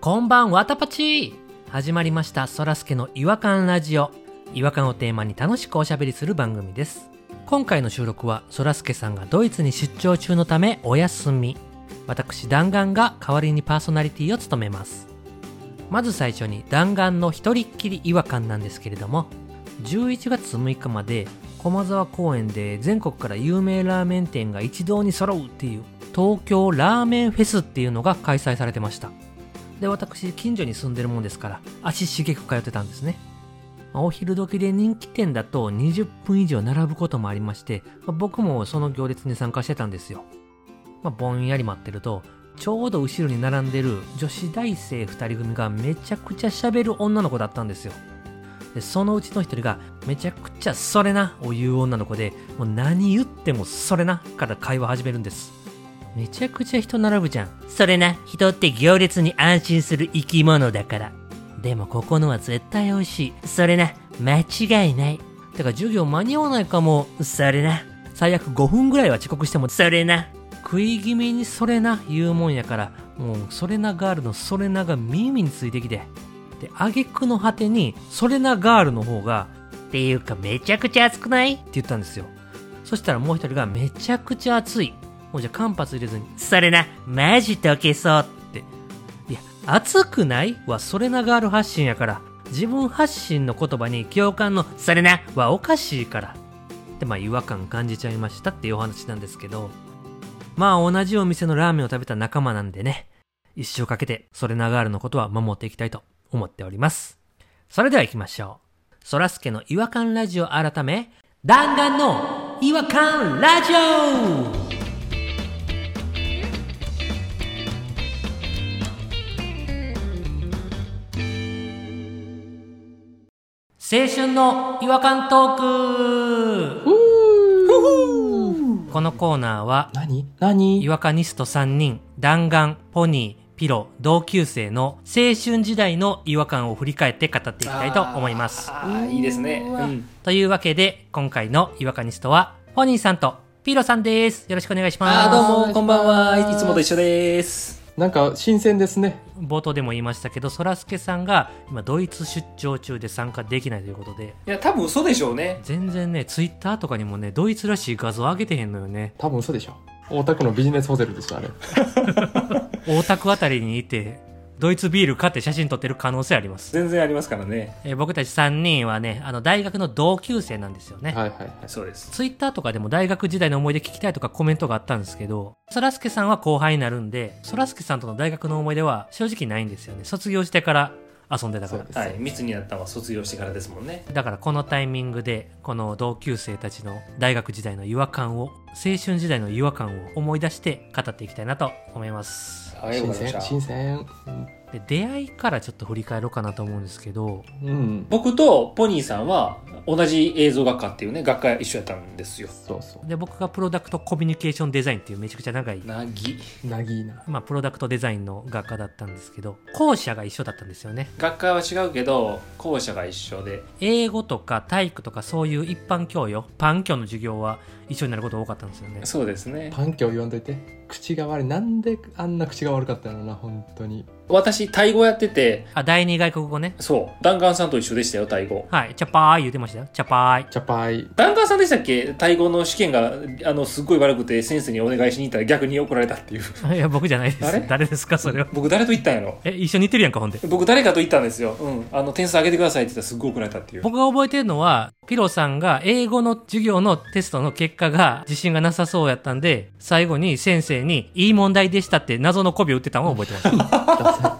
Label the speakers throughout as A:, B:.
A: こんばんわたぱち始まりましたそらすけの違和感ラジオ違和感をテーマに楽しくおしゃべりする番組です今回の収録はそらすけさんがドイツに出張中のためお休み私弾丸が代わりにパーソナリティを務めますまず最初に弾丸の一人っきり違和感なんですけれども11月6日まで駒沢公園で全国から有名ラーメン店が一堂に揃うっていう東京ラーメンフェスっていうのが開催されてましたで私近所に住んでるもんですから足しげく通ってたんですねまあお昼時で人気店だと20分以上並ぶこともありまして、まあ僕もその行列に参加してたんですよ。まあ、ぼんやり待ってると、ちょうど後ろに並んでる女子大生2人組がめちゃくちゃ喋る女の子だったんですよ。でそのうちの1人がめちゃくちゃそれなを言う女の子で、もう何言ってもそれなから会話始めるんです。めちゃくちゃ人並ぶじゃん。それな、人って行列に安心する生き物だから。でもここのは絶対美味しい。それな、間違いない。てか授業間に合わないかも。それな。最悪5分ぐらいは遅刻しても。それな。食い気味にそれな言うもんやから、もうそれなガールのそれなが耳についてきて。で、挙句の果てに、それなガールの方が、っていうかめちゃくちゃ熱くないって言ったんですよ。そしたらもう一人がめちゃくちゃ熱い。もうじゃあ間髪入れずに、それな、マジ溶けそうって。いや、熱くないはそれながある発信やから、自分発信の言葉に共感のそれなはおかしいから。ってまあ違和感感じちゃいましたっていうお話なんですけど、まあ同じお店のラーメンを食べた仲間なんでね、一生かけてそれながあるのことは守っていきたいと思っております。それでは行きましょう。そらすけの違和感ラジオ改め、弾丸の違和感ラジオ青春の違和感トークこのコーナーは
B: 何
A: 違
B: 何
A: 和感ニスト3人弾丸ポニーピロ同級生の青春時代の違和感を振り返って語っていきたいと思います
B: ああ、いいですね。うん。
A: というわけで今回の違和感ニストはポニーさんとピロさんですよろしくお願いします
B: ああ、どうも、こんばんは。
C: い
B: いつもと一緒です。なんか、新鮮ですね。
A: 冒頭でも言いましたけどそらすけさんが今ドイツ出張中で参加できないということで
C: いや、多分嘘でしょうね。
A: 全然ねツイッターとかにもねドイツらしい画像上げてへんのよね
B: 多分嘘でしょ。大田区のビジネスホテルでした、あれ。
A: 大田区あたりにいてドイツビール買って写真撮ってる可能性あります、
C: 全然ありますからね。
A: えー僕たち3人はねあの大学の同級生なんですよね、
B: はいはいはい。
C: そうです。
A: ツイッターとかでも大学時代の思い出聞きたいとかコメントがあったんですけどそらすけさんは後輩になるんでそらすけさんとの大学の思い出は正直ないんですよね卒業してから遊んでたか
B: そう
A: ら
B: です。
C: はい。密になったのは卒業してからですもんね。
A: だからこのタイミングでこの同級生たちの大学時代の違和感を青春時代の違和感を思い出して語っていきたいなと思います
C: はい、
B: 新
C: わかりま
B: 鮮、
C: した
B: 新鮮。
A: で出会いからちょっと振り返ろうかなと思うんですけど
B: うん。
C: 僕とポニーさんは同じ映像学科っていうね、学科一緒やったんですよ。
B: そうそ
A: で僕がプロダクトコミュニケーションデザインっていうめちゃくちゃ長い、
C: なぎ。
B: う。なぎな。
A: まあ、プロダクトデザインの学科だったんですけど校舎が一緒だったんですよね
C: 学科は違うけど、校舎が一緒で。
A: 英語とか体育とかそういう一般教養パン教の授業は一緒になること多かったんですよね
C: そうですね。
B: パンキョ言わんといて。口が悪い。なんであんな口が悪かったのな、本当に。
C: 私、タイ語やってて、
A: あ第二外国語ね
C: そう、弾丸さんと一緒でしたよ、タイ語。
A: はいチャパーイ言ってましたよチャパーイ
B: チャパイ。
C: 弾丸さんでしたっけタイ語の試験が、あの、すっごい悪くて、先生にお願いしに行ったら逆に怒られたっていう。
A: い や、僕じゃないで
C: あれ
A: す。誰ですか、それは。
C: 僕、誰と行ったんやろ
A: え、一緒に行ってるやんか、ほんで。
C: 僕、誰かと行ったんですよ。うん。あの、点数上げてくださいって言ったらすっごい怒られたっていう。
A: 僕が覚えてるのは、ピロさんが英語の授業のテストの結果が自信がなさそうやったんで、最後に先生に、いい問題でしたって謎の媚びを打ってたのを覚えてます。
B: ダサ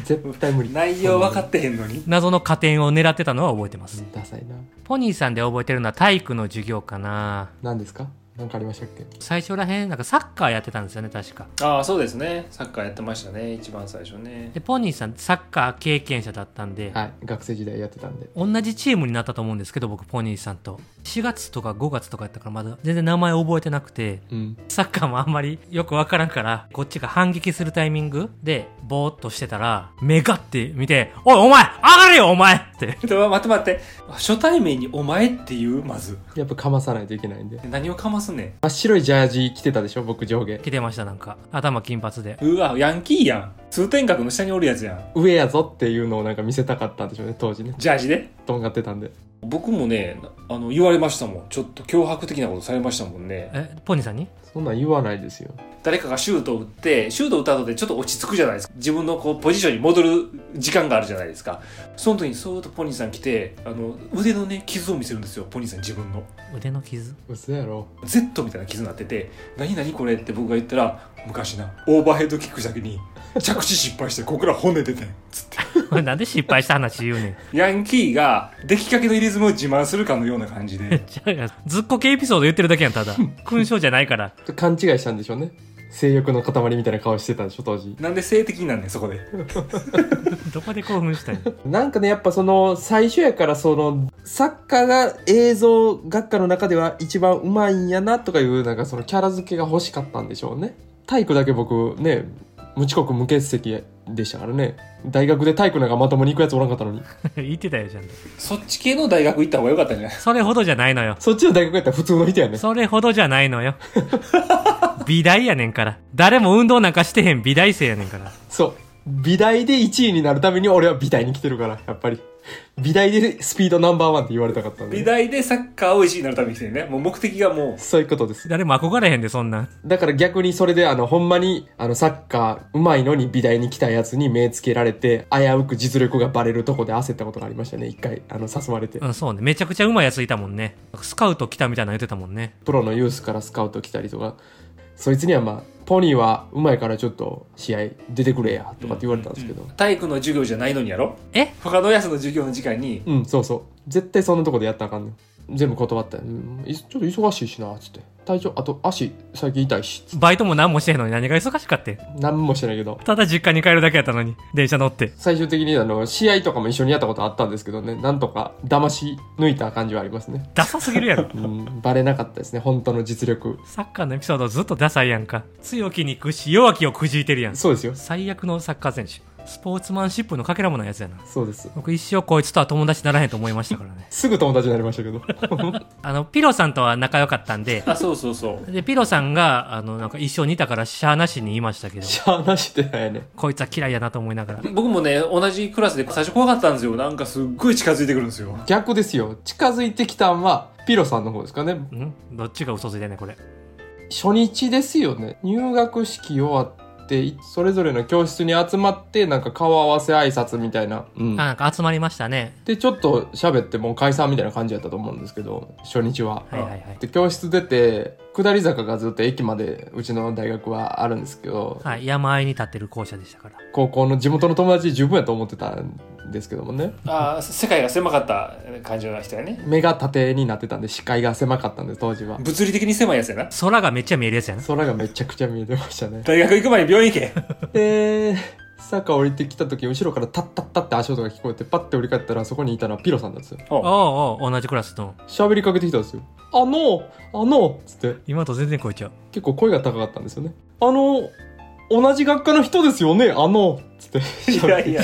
B: い。絶対無理。
C: 内容分かってへんのに
A: 謎の加点を狙ってたのは覚えてます。
B: ダサいな。
A: ポニーさんで覚えてるのは体育の授業かな
B: 何ですか何かありましたっけ
A: 最初らへん、なんかサッカーやってたんですよね、確か。
C: ああそうですねサッカーやってましたね一番最初ね
A: で、ポニーさん、サッカー経験者だったんで、
B: はい。学生時代やってたんで。
A: 同じチームになったと思うんですけど、僕、ポニーさんと。4月とか5月とかやったから、まだ全然名前覚えてなくて、
B: うん。
A: サッカーもあんまりよくわからんから、こっちが反撃するタイミングで、ぼーっとしてたら、目がって見て、おいお前上がれよお前って。
C: ちょっ と待って待って初対面に「お前」って言うまず
B: やっぱかまさないといけないんで。
C: 何をかますね
B: 真っ白いジャージ着てたでしょ僕上下。
A: 来てましたなんか。頭金髪で。
C: んうわヤンキーやん通天閣の下におるやつやん
B: 上やぞっていうのをなんか見せたかったんでしょうね当時ね
C: ジャージで
B: とんがってたんで
C: 僕もねあの言われましたもんちょっと脅迫的なことされましたもんね
A: えポニーさんに
B: そんなん言わないですよ
C: 誰かがシュートを打ってシュートを打った後でちょっと落ち着くじゃないですか自分のこうポジションに戻る時間があるじゃないですかその時にそーっとポニーさん来てあの腕のね傷を見せるんですよポニーさん自分の
A: 腕の傷
B: 嘘やろ
C: Z みたいな傷になってて「何何これ?」って僕が言ったら昔なオーバーヘッドキックした時に着地失敗してここから骨出てんつって
A: なんで失敗した話言うねん
C: ヤンキーが出来かけの入れ墨を自慢するかのような感じで
A: じゃあずっこけエピソード言ってるだけやんただ勲章じゃないから
B: 勘違いしたんでしょうね性欲の塊みたいな顔してたでしょ当時
C: なんで性的になんねんそこで
A: どこで興奮したんや
B: なんかねやっぱその最初やからその作家が映像学科の中では一番うまいんやなとかいうなんかそのキャラ付けが欲しかったんでしょうね体育だけ僕ね無遅刻無欠席でしたからね大学で体育なんかまともに行くやつおらんかったのに
A: 言ってたよちゃんと
C: そっち系の大学行った方が良かったんじゃない
A: それほどじゃないのよ
B: そっちの大学やったら普通の人やね
A: それほどじゃないのよ美大やねんから誰も運動なんかしてへん美大生やねんから
B: そう美大で1位になるために俺は美大に来てるからやっぱり美大でスピードナンバーワンって言われたかったんで、
C: 美大でサッカーを意識になるために来てるねもう目的がもう
B: そういうことです
A: 誰も憧れへんでそんなん
B: だから逆にそれであのほんまにあのサッカーうまいのに美大に来たやつに目つけられて危うく実力がバレるとこで焦ったことがありましたね一回あの誘われて
A: うんそうねめちゃくちゃうまいやついたもんねスカウト来たみたいなの言ってたもんね
B: プロのユースからスカウト来たりとかそいつにはまあポニーはうまいからちょっと試合出てくれやとかって言われたんですけど
C: 体育の授業じゃないのにやろ
A: え
C: 他のやつの授業の時間に
B: うん、そうそう絶対そんなとこでやったらあかんねん全部断ったようんいちょっと忙しいしなつって体調あと足最近痛いし
A: バイトも何もしてへんのに何が忙しかって
B: 何もしてないけど
A: ただ実家に帰るだけやったのに電車乗って
B: 最終的にあの試合とかも一緒にやったことあったんですけどねなんとか騙し抜いた感じはありますね
A: ダサすぎるやろ
B: うんバレなかったですね本当の実力
A: サッカーのエピソードずっとダサいやんか強気に行くし弱気をくじいてるやん
B: そうですよ
A: 最悪のサッカー選手スポーツマンシップのかけらもないやつやな
B: そうです
A: 僕一生こいつとは友達にならへんと思いましたからね
B: すぐ友達になりましたけど
A: あのピロさんとは仲良かったんで
C: あそうそうそう
A: でピロさんがあのなんか一生似たからしゃあなしに言いましたけど
B: しゃあなしてないね
A: こいつは嫌いやなと思いながら
C: 僕もね同じクラスで最初怖かったんですよなんかすっごい近づいてくるんですよ
B: 逆ですよ近づいてきたんはピロさんの方ですかね
A: んどっちが嘘ついてんねんこれ
B: 初日ですよね入学式終わってそれぞれの教室に集まってなんか顔合わせ挨拶みたいな、うん
A: あなんか集まりましたね
B: でちょっと喋ってもう解散みたいな感じやったと思うんですけど初日は、
A: はいはいはい
B: で教室出て下り坂がずっと駅までうちの大学はあるんですけど、
A: はい山あいに立ってる校舎でしたから
B: 高校の地元の友達十分やと思ってたんですけどもね
C: あ世界が狭かった感じの人やね
B: 目が縦になってたんで視界が狭かったんで当時は
C: 物理的に狭いやつやな
A: 空がめっちゃ見えるやつやな
B: 空がめちゃくちゃ見えてましたね
C: 大学行く前に病院行け
B: で坂降りてきた時後ろからタッタッタって足音が聞こえてパッて降り返ったらそこにいたのはピロさんなんですよ
C: お
A: おうおう同じクラスの
B: 喋りかけてきたんですよ「あのあの」っつって
A: 今と全然超えちゃう
B: 結構声が高かったんですよね「あの同じ学科の人ですよねあの」っつって
C: い
B: 喋
C: や
B: って
C: いや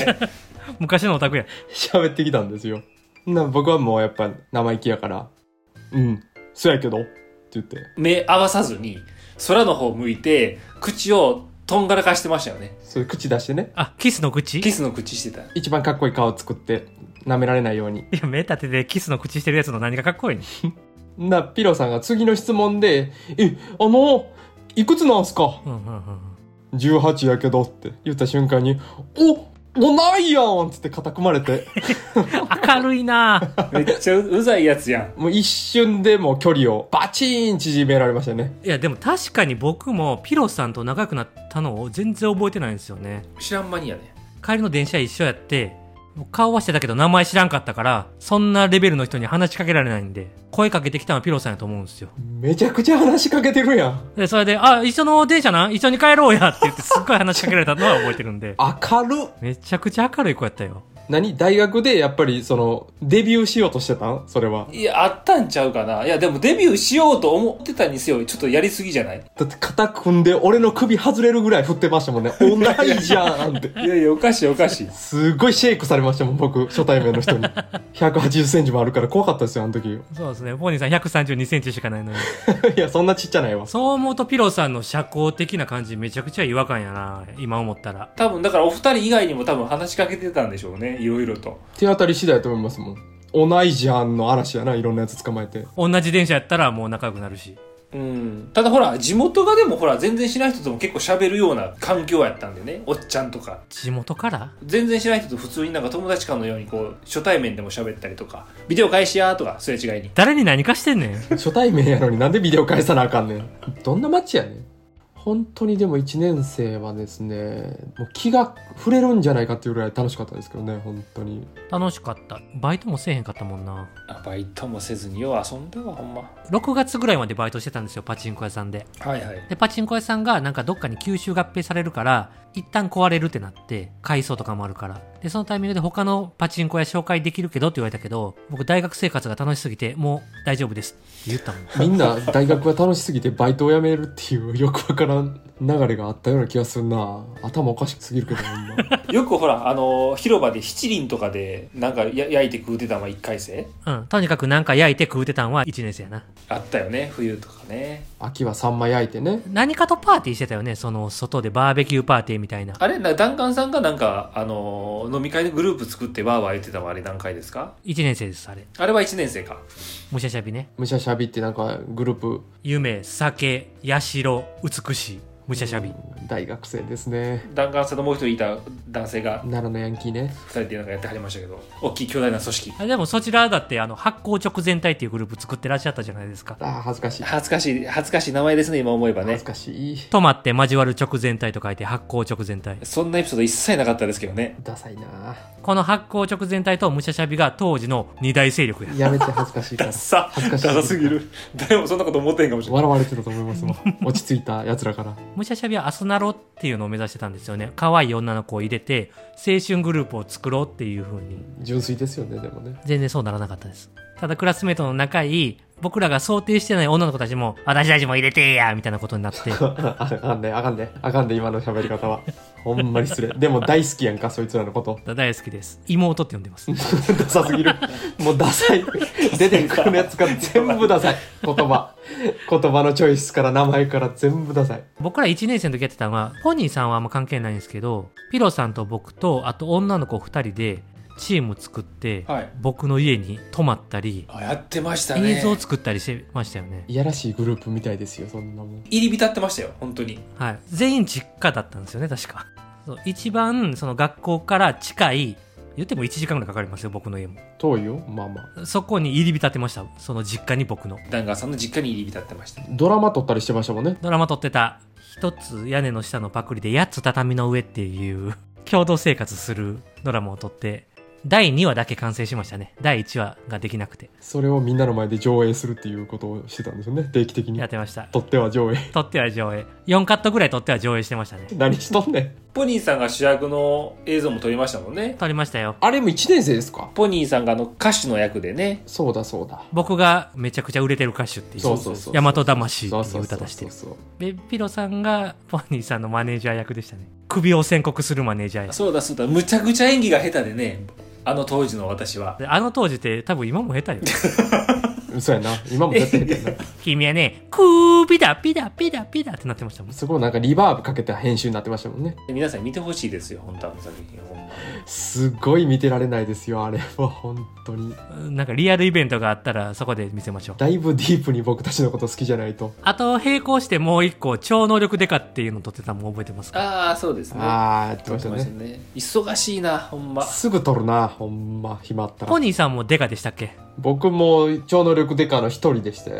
A: 昔のオタクや
B: 喋ってきたんですよな僕はもうやっぱ生意気やから「うんそやけど」って言って
C: 目合わさずに空の方向いて口をとんがらかしてましたよね
B: それ口出してね
A: あキスの口
C: キ
A: い
C: スの口してた
B: 一番かっこいい顔作って舐められないように
A: や目立ててキスの口してるやつの何がかっこいいねん
B: なピロさんが次の質問で「えあのいくつなんすか?」
A: うんうんうん
B: 18やけどって言った瞬間に、おおないやんっつって肩組まれて、
A: 明るいなぁ
C: めっちゃううざいやつやん
B: もう一瞬でもう距離をバチーン縮められましたね。
A: いやでも確かに僕もピロさんと仲良くなったのを全然覚えてないんですよね
C: 知らん間にやね
A: 帰りの電車一緒やって顔はしてたけど名前知らんかったからそんなレベルの人に話しかけられないんで声かけてきたのはピロさんやと思うんですよ
B: めちゃくちゃ話しかけてるやん。
A: でそれで「あ一緒の電車な一緒に帰ろうや」って言ってすっごい話しかけられたのは覚えてるんで
B: 明る
A: めちゃくちゃ明るい子やったよ
B: 何大学でやっぱりその、デビューしようとしてたんそれは。
C: いや、あったんちゃうかな。いや、でもデビューしようと思ってたにせよ、ちょっとやりすぎじゃない
B: だって肩組んで俺の首外れるぐらい振ってましたもんね。同じじゃんって。
C: いやいや、おかしいおかしい。
B: すごいシェイクされましたもん、僕、初対面の人に。180センチもあるから怖かったですよ、あの時。い
A: そうですね。ポニーさん132センチしかないのに。
B: や、そんなちっちゃ ないわ。
A: そう思うとピロさんの社交的な感じめちゃくちゃ違和感やな。今思ったら。
C: 多分、だからお二人以外にも多分話しかけてたんでしょうね。いろいろと。
B: 手当たり次第だと思いますもん。同いじゃんの嵐やな、いろんなやつ捕まえて。
A: 同じ電車やったらもう仲良くなるし。
C: うん。ただほら、地元がでもほら、全然知らない人とも結構喋るような環境やったんでね。おっちゃんとか。
A: 地元から
C: 全然知らない人と普通になんか友達間のようにこう、初対面でも喋ったりとか、ビデオ返しやーとか、すれ違いに。
A: 誰に何かしてんねん。
B: 初対面やのになんでビデオ返さなあかんねん。どんな街やねん。本当にでも1年生はですね、もう気が触れるんじゃないかっていうぐらい楽しかったですけどね、本当に。
A: 楽しかった。バイトもせえへんかったもんな。
C: あバイトもせずによう遊んだわ、ほんま。
A: 6月ぐらいまでバイトしてたんですよ、パチンコ屋さんで。
C: はいはい。
A: で、パチンコ屋さんがなんかどっかに吸収合併されるから、一旦壊れるってなって、改装とかもあるから。で、そのタイミングで他のパチンコ屋紹介できるけどって言われたけど、僕大学生活が楽しすぎて、もう大丈夫ですって言ったもん。
B: みん な大学が楽しすぎてバイトを辞めるっていうよくわからん流れがあったような気がするな頭おかしすぎるけどほんま
C: よくほら、あの、広場で七輪とかで、なんかや焼いて食うてたのは一回生
A: うん。とにかくなんか焼いて食うてたんは1年生やな。
C: あったよね、冬とかね。
B: 秋はサンマ焼いてね
A: 何かとパーティーしてたよね。その、外でバーベキューパーティーみたいな。
C: あれなんかダンカンさんがなんか、あの、飲み会のグループ作ってわーわー言ってたのはあれ何回ですか
A: 1年生です、あれ。
C: あれは1年生か。
A: むしゃしゃびね。
B: むしゃしゃびってなんかグループ
A: 夢、酒、社、美しい、むしゃしゃび。
B: 大学生ですね
C: ダンカンさんともう一人いた男性が
B: 奈良のヤンキーね
C: 2人でなんかやってはりましたけど、大きい巨大な組織。
A: あでもそちらだって、あの、発行直前隊っていうグループ作ってらっしゃったじゃないですか。
B: あー恥ずかしい
C: 恥ずかしい、恥ずかしい名前ですね、今思えば
B: 恥
C: ね
B: ず。かしい
A: 止まって交わる直前隊と書いて発行直前隊。
C: そんなエピソード一切なかったですけどね。
B: ダサいな
A: この発行直前隊とむしゃしゃびが当時の二大勢力や。
B: やめて恥ずかしいか
C: ダ
B: ら
C: ッサ、
B: 恥ずか
C: ダ
B: しい
C: サすぎる。誰もそんなこと思ってへんかもしれない。
B: 笑われてると思いますもん 落ち着いたやつらから
A: むしゃしゃびはアスナロっていうのを目指してたんですよね。可愛い女の子を入れて、青春グループを作ろうっていう風に。
B: 純粋ですよねでもね
A: 全然そうならなかったです。ただクラスメートの仲いい、僕らが想定してない女の子たちも、私たちも入れてーやみたいなことになって、
B: ああかんねあかんねあかんね今の喋り方はほんまに失礼でも大好きやんかそいつらのこと
A: 大好きです。妹って呼んでます。
B: ダサすぎる。もうダサい。出てくるやつから全部ダサい。言葉。言葉のチョイスから名前から全部ダサい。
A: 僕ら1年生の時やってたのは、ポニーさんはあんま関係ないんですけど、ピロさんと僕と、あと女の子2人で、チーム作って、
C: はい
A: 僕の家に泊まったり、
C: あやってましたね。
A: 映像作ったりしてましたよね。
B: いやらしいグループみたいですよ、そんなもん。
C: 入り浸ってましたよ、本当に。
A: はい。全員実家だったんですよね、確か。そう一番、その学校から近い、言っても1時間ぐらいかかりますよ、僕の家も。
B: 遠いよ、まあまあ。
A: そこに入り浸ってました。その実家に僕の。
C: ダンガーさんの実家に入り浸ってました。
B: ドラマ撮ったりしてましたもんね。
A: ドラマ撮ってた、一つ屋根の下のパクリで八つ畳の上っていう、共同生活するドラマを撮って、第2話だけ完成しましたね。第1話ができなくて。
B: それをみんなの前で上映するっていうことをしてたんですよね、定期的に
A: やっ。てました。
B: 撮っては上映。
A: 撮っては上映。4カットぐらい撮っては上映してましたね。
B: 何しとんねん。
C: ポニーさんが主役の映像も撮りましたもんね。
A: 撮りましたよ。
B: あれも1年生ですか
C: ポニーさんがあの歌手の役でね。
B: そうだそうだ。
A: 僕がめちゃくちゃ売れてる歌手っていう。
B: そうそうそう
A: 大和魂って
B: そ
A: いうう
B: そう
A: 歌
B: そう
A: 出して
B: そう
A: る。
B: そう。
A: で、ピロさんがポニーさんのマネージャー役でしたね。首を宣告するマネージャー役。
C: そうだそうだ、むちゃくちゃ演技が下手でね。あの当時の私は。
A: であの当時って多分今も下手 よ。
B: 嘘やな。今も絶対下手やな。
A: 君はね、クーピダピダピダピダってなってましたもん。
B: すごいなんかリバーブかけた編集になってましたもんね。
C: 皆さん見てほしいですよ、本当あの作品。ほんまに
B: すごい見てられないですよ、あれは本当に。
A: なんかリアルイベントがあったらそこで見せましょう。
B: だいぶディープに僕たちのこと好きじゃないと。
A: あと、並行してもう一個、超能力デカっていうの撮ってたのも覚えてますか
C: ああ、そうですね。
B: ああ、やって
C: 撮
B: ま
C: っ
B: してた
C: ました
B: ね。
C: ね。忙しいな、ほんま。
B: すぐ撮るな、ほんま、暇あった
A: ポ
B: ら。
A: ニーさんもデカでしたっけ
B: 僕も超能力デカの一人でして。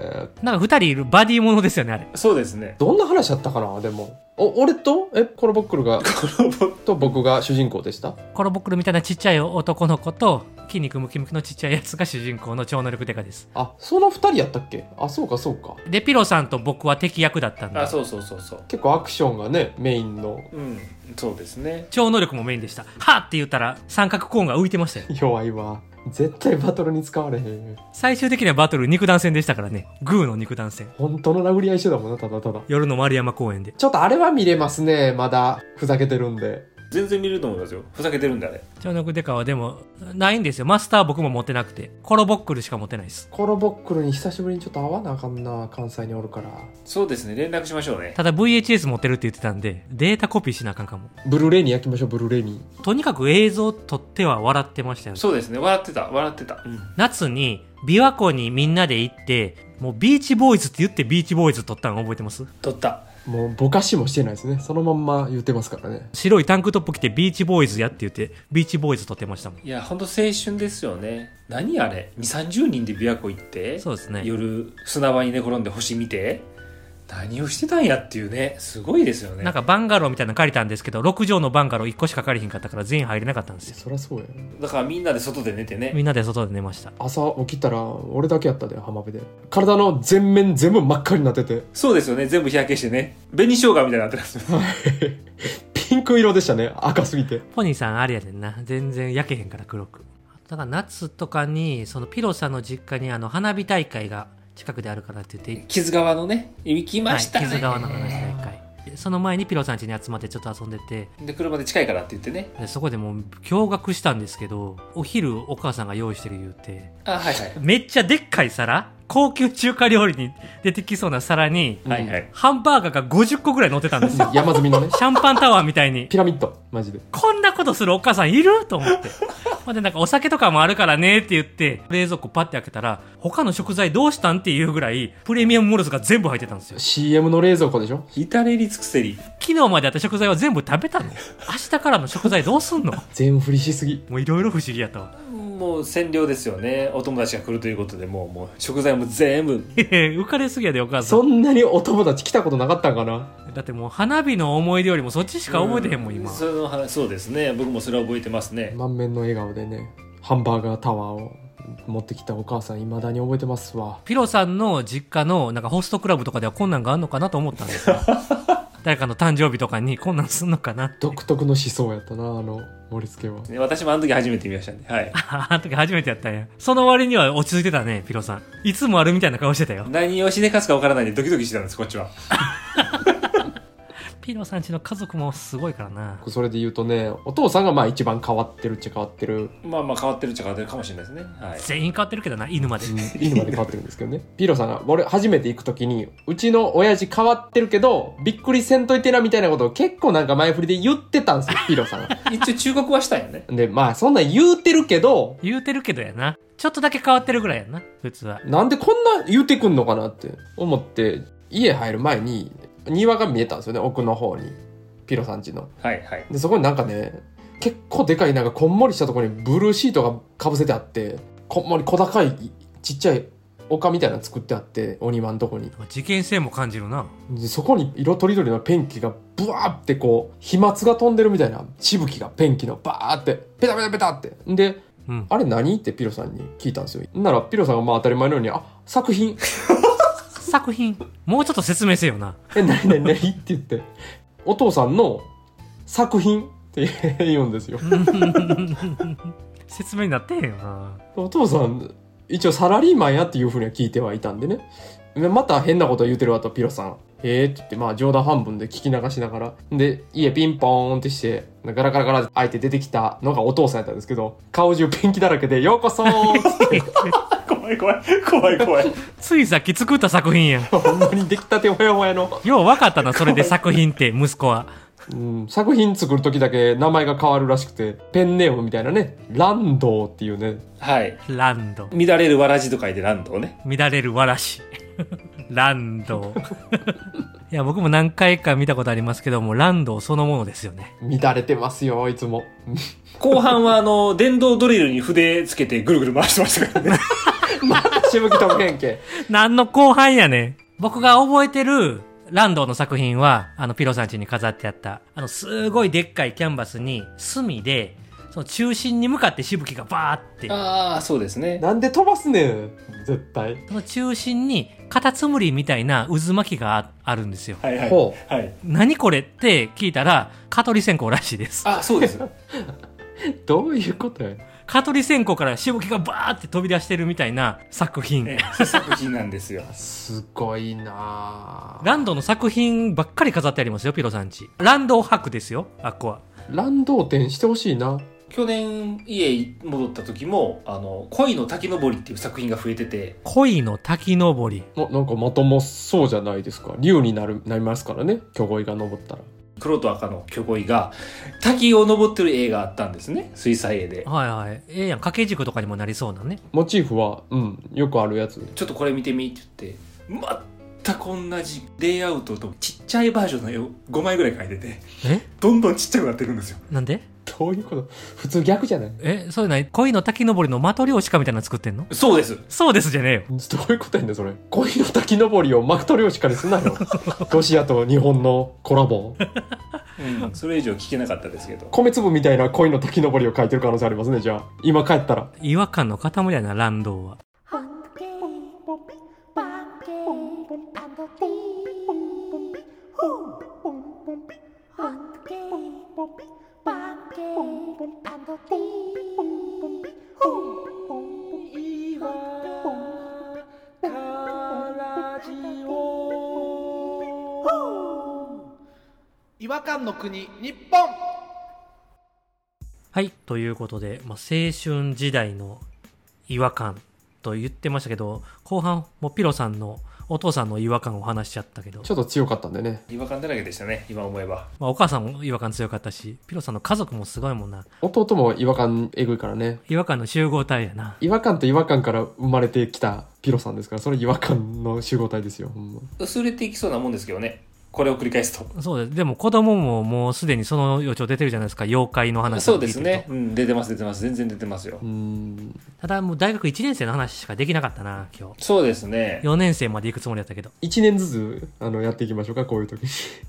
A: なんか二人いるバディものですよね、あれ。
C: そうですね。
B: どんな話だったかな、でも。お、俺とえ、コロボックルが、
C: この
B: と僕が主人公でした
A: コロボックルみたいなちっちゃい男の子と、筋肉ムキムキのちっちゃいやつが主人公の超能力デカです
B: あその二人やったっけあそうかそうか
A: でピロさんと僕は敵役だったんで
C: あそうそうそうそう
B: 結構アクションがねメインの
C: うんそうですね
A: 超能力もメインでしたはっって言ったら三角コーンが浮いてましたよ
B: 弱いわ絶対バトルに使われへん
A: 最終的にはバトル肉弾戦でしたからねグーの肉弾戦
B: 本当の殴り合いしてたもんなただただ
A: 夜の丸山公園で
B: ちょっとあれは見れますねまだふざけてるんで
C: 全然見れると思いますよふざけてるんだあれ
A: 超能力デカはでもないんですよマスター僕も持ってなくてコロボックルしか持ってないです
B: コロボックルに久しぶりにちょっと会わなあかんな関西におるから
C: そうですね連絡しましょうね
A: ただ VHS 持ってるって言ってたんでデータコピーしなあかんかも
B: ブルーレイに焼きましょうブルーレイに
A: とにかく映像撮っては笑ってましたよね
C: そうですね笑ってた笑ってた、うん、
A: 夏に琵琶湖にみんなで行ってもうビーチボーイズって言ってビーチボーイズ撮ったの覚えてます
C: 撮った
B: もうぼかしもしてないですねそのまんま言ってますからね
A: 白いタンクトップ着てビーチボーイズやって言ってビーチボーイズ撮ってましたもん
C: いやほんと青春ですよね何あれ2 3 0人で琵琶湖行って
A: そうですね
C: 夜砂場に寝転んで星見て何をしてたんやっていうねすごいですよね
A: なんかバンガローみたいなの借りたんですけど6畳のバンガロー1個しか借りひんかったから全員入れなかったんですよ
B: そりゃそうや
C: だからみんなで外で寝てね
A: みんなで外で寝ました
B: 朝起きたら俺だけやったで浜辺で体の全面全部真っ赤になってて
C: そうですよね全部日焼けしてね紅生姜みたいになってます
B: ピンク色でしたね赤すぎて
A: ポニーさんあれやでんな全然焼けへんから黒くだから夏とかにそのピロさんの実家にあの花火大会が近くであるからって言って
C: 木津川のね行きましたね、
A: はい、木津川の花火大会でその前にピロさん家に集まってちょっと遊んでて
C: で車で近いからって言ってね
A: でそこでもう驚愕したんですけどお昼お母さんが用意してる言うて
C: あはいはい
A: めっちゃでっかい皿高級中華料理に出てきそうな皿に、
C: はいはい
A: ハンバーガーが50個ぐらい乗ってたんですよ
B: 山積みのね
A: シャンパンタワーみたいに
B: ピラミッドマジで
A: こんなことするお母さんいると思って。 ほんでなんかお酒とかもあるからねって言って、冷蔵庫パッて開けたら、他の食材どうしたんっていうぐらい、プレミアムモルスが全部入ってたんですよ。
B: CM の冷蔵庫でしょ
C: 至れり尽くせり
A: 昨日まであった食材は全部食べたの明日からの食材どうすんの
B: 全振りしすぎ
A: もういろいろ不思議やったわ。
C: もう占領ですよねお友達が来るということでもうもう食材も全部
A: へへ浮かれすぎやでお母さ
B: そんなにお友達来たことなかったんかな
A: だってもう花火の思い出よりもそっちしか覚えてへんもん今。
C: その話そうですね僕もそれは覚えてますね
B: 満面の笑顔でねハンバーガータワーを持ってきたお母さん未だに覚えてますわ
A: ピロさんの実家のなんかホストクラブとかではこんなんがあんのかなと思ったんですよ。誰かの誕生日とかにこんなんすんのかなって。
B: 独特の思想やったなあの盛り付けは
C: ね私もあの時初めて見ましたねはい
A: ああの時初めてやったんや。その割には落ち着いてたね、ピロさん。いつもあるみたいな顔してたよ。
C: 何をしでかすかわからないんでドキドキしてたんですこっちは
A: ピロさんちの家族もすごいからな。
B: それで言うとねお父さんがまあ一番変わってるっちゃ変わってる
C: まあまあ変わってるっちゃ変わってるかもしれないですねはい
A: 全員変わってるけどな、犬まで。
B: 犬まで変わってるんですけどねピーロさんが俺初めて行く時にうちの親父変わってるけどびっくりせんといてなみたいなことを結構なんか前振りで言ってたんですよピーロさんが
C: 一応忠告はしたんよね
B: でまあそんなん言うてるけど
A: 言うてるけどやな。ちょっとだけ変わってるぐらいやな、普通は。
B: なんでこんな言うてくんのかなって思って家入る前に庭が見えたんですよね奥の方にピーロさん家の
C: はいはい
B: でそこになんかね結構でかいなんかこんもりしたところにブルーシートがかぶせてあってこんもり小高いちっちゃい丘みたいなの作ってあってお庭のとこに
A: 事件性も感じるな。
B: でそこに色とりどりのペンキがブワーってこう飛沫が飛んでるみたいなしぶきがペンキのバーってペタペタペタってで
A: うん。
B: あれ何ってピロさんに聞いたんですよならピロさんがまあ当たり前のようにあ作品
A: 作品。もうちょっと説明せよな。
B: え、なになになにって言って、お父さんの作品って言うんですよ。
A: 説明になってへんよな。
B: お父さん、一応サラリーマンやっていうふうには聞いてはいたんでね。でまた変なこと言うてるわと、ピロさん。えーって言って、まあ冗談半分で聞き流しながら。で、家ピンポーンってして、ガラガラガラ開いて出てきたのがお父さんやったんですけど、顔中ペンキだらけで、ようこそーっつって、
C: 怖い怖い怖い怖い
A: ついさっき作った作品やん。
B: ほんまにできたてほやほやの。
A: よう分かったな、それで作品って、息子は。
B: うん、作品作る時だけ名前が変わるらしくて、ペンネームみたいなね、ランドーっていうね、
C: はい
A: ランド。
C: 乱れるわらじと書いてランドをね
A: 乱れるわらし ランドいや僕も何回か見たことありますけどもランドそのものですよね
B: 乱れてますよ、いつも。
C: 後半はあ の電動ドリルに筆つけてぐるぐる回してましたからね
B: しぶき特権系。
A: 何の後半やねん僕が覚えてるランドの作品はあのピロさん家に飾ってあったあのすごいでっかいキャンバスに墨でその中心に向かってしぶきがバーって
C: ああそうですね
B: なんで飛ばすねん絶対
A: その中心にカタツムリみたいな渦巻きがああるんですよ
C: はいはい
B: ほ
C: はい
A: 何これって聞いたら蚊取り線香らしいです
C: あそうです
B: どういうことや
A: 蚊取り線香からしぶきがバーって飛び出してるみたいな作品
C: ええ作品なんですよ
B: すごいなあ
A: ランドの作品ばっかり飾ってありますよピロさんちランドを吐くですよあっこは
B: ランド展してほしいな
C: 去年家に戻った時も「あの恋の滝登り」っていう作品が増えてて
A: 恋の滝登り
B: おなんかまともそうじゃないですか竜になるなりますからね巨鯉が登ったら
C: 黒と赤の巨鯉が滝を登ってる映画あったんですね水彩絵で
A: はいはいええやん掛け軸とかにもなりそうなね
B: モチーフはうんよくあるやつ
C: ちょっとこれ見てみって言って全く同じレイアウトとちっちゃいバージョンの絵を5枚ぐらい描いてて
A: え
C: どんどんちっちゃくなっていくんですよ
A: なんで
B: どういうこと普通逆じゃない
A: えそういうの恋の滝登りのマトリョーシカみたいなの作ってんの
C: そうです
A: そうですじゃねえよ
B: どういうことやねんそれ鯉の滝登りをマクト漁師からすなよロシアと日本のコラボ
C: うん、それ以上聞けなかったですけど
B: 米粒みたいな鯉の滝登りを描いてる可能性ありますねじゃあ今帰ったら
A: 違和感の塊やなランドは
D: Hunky,
E: 違和感の国日本
A: はいということで、まあ、青春時代の違和感と言ってましたけど後半もうピロさんのお父さんの違和感を話しちゃったけど
B: ちょっと強かったんでね
C: 違和感だらけでしたね今思えば
A: まあ、お母さんも違和感強かったしピロさんの家族もすごいもんな
B: 弟も違和感えぐいからね
A: 違和感の集合体やな
B: 違和感と違和感から生まれてきたピロさんですからそれ違和感の集合体ですよほんま
C: 薄れていきそうなもんですけどねこれを繰り返すと
A: そうですでも子供ももうすでにその予兆出てるじゃないですか妖怪の話
C: そ
A: を聞
C: う
A: いてる
C: で
A: と
C: すね、うん、出てます出てます全然出てますよ
B: うーん
A: ただもう大学1年生の話しかできなかったな今日
C: そうですね
A: 4年生まで行くつもりだったけど
B: 1年ずつあのやっていきましょうかこういう時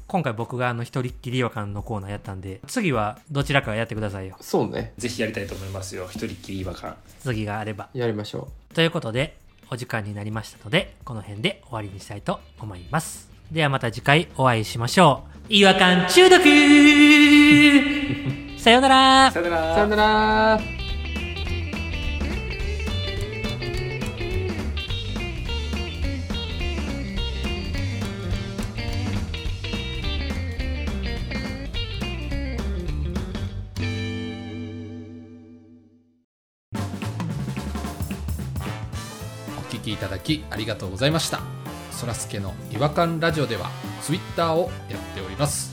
A: 今回僕があの一人っきり違和感のコーナーやったんで次はどちらかがやってくださいよ
B: そうね
C: ぜひやりたいと思いますよ一人っきり違和感
A: 次があれば
B: やりましょ
A: ということでお時間になりましたのでこの辺で終わりにしたいと思いますではまた次回お会いしましょう違和感中毒さようなら
C: さよな
B: う
C: ら
B: さよなら
F: お聞きいただきありがとうございましたそらすけの違和感ラジオではツイッターをやっております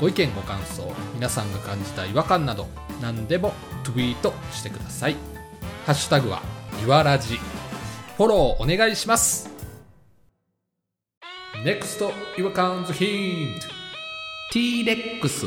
F: ご意見ご感想皆さんが感じた違和感など何でもツイートしてくださいハッシュタグはいわらじフォローお願いします NEXT 違和感ズヒント T レックス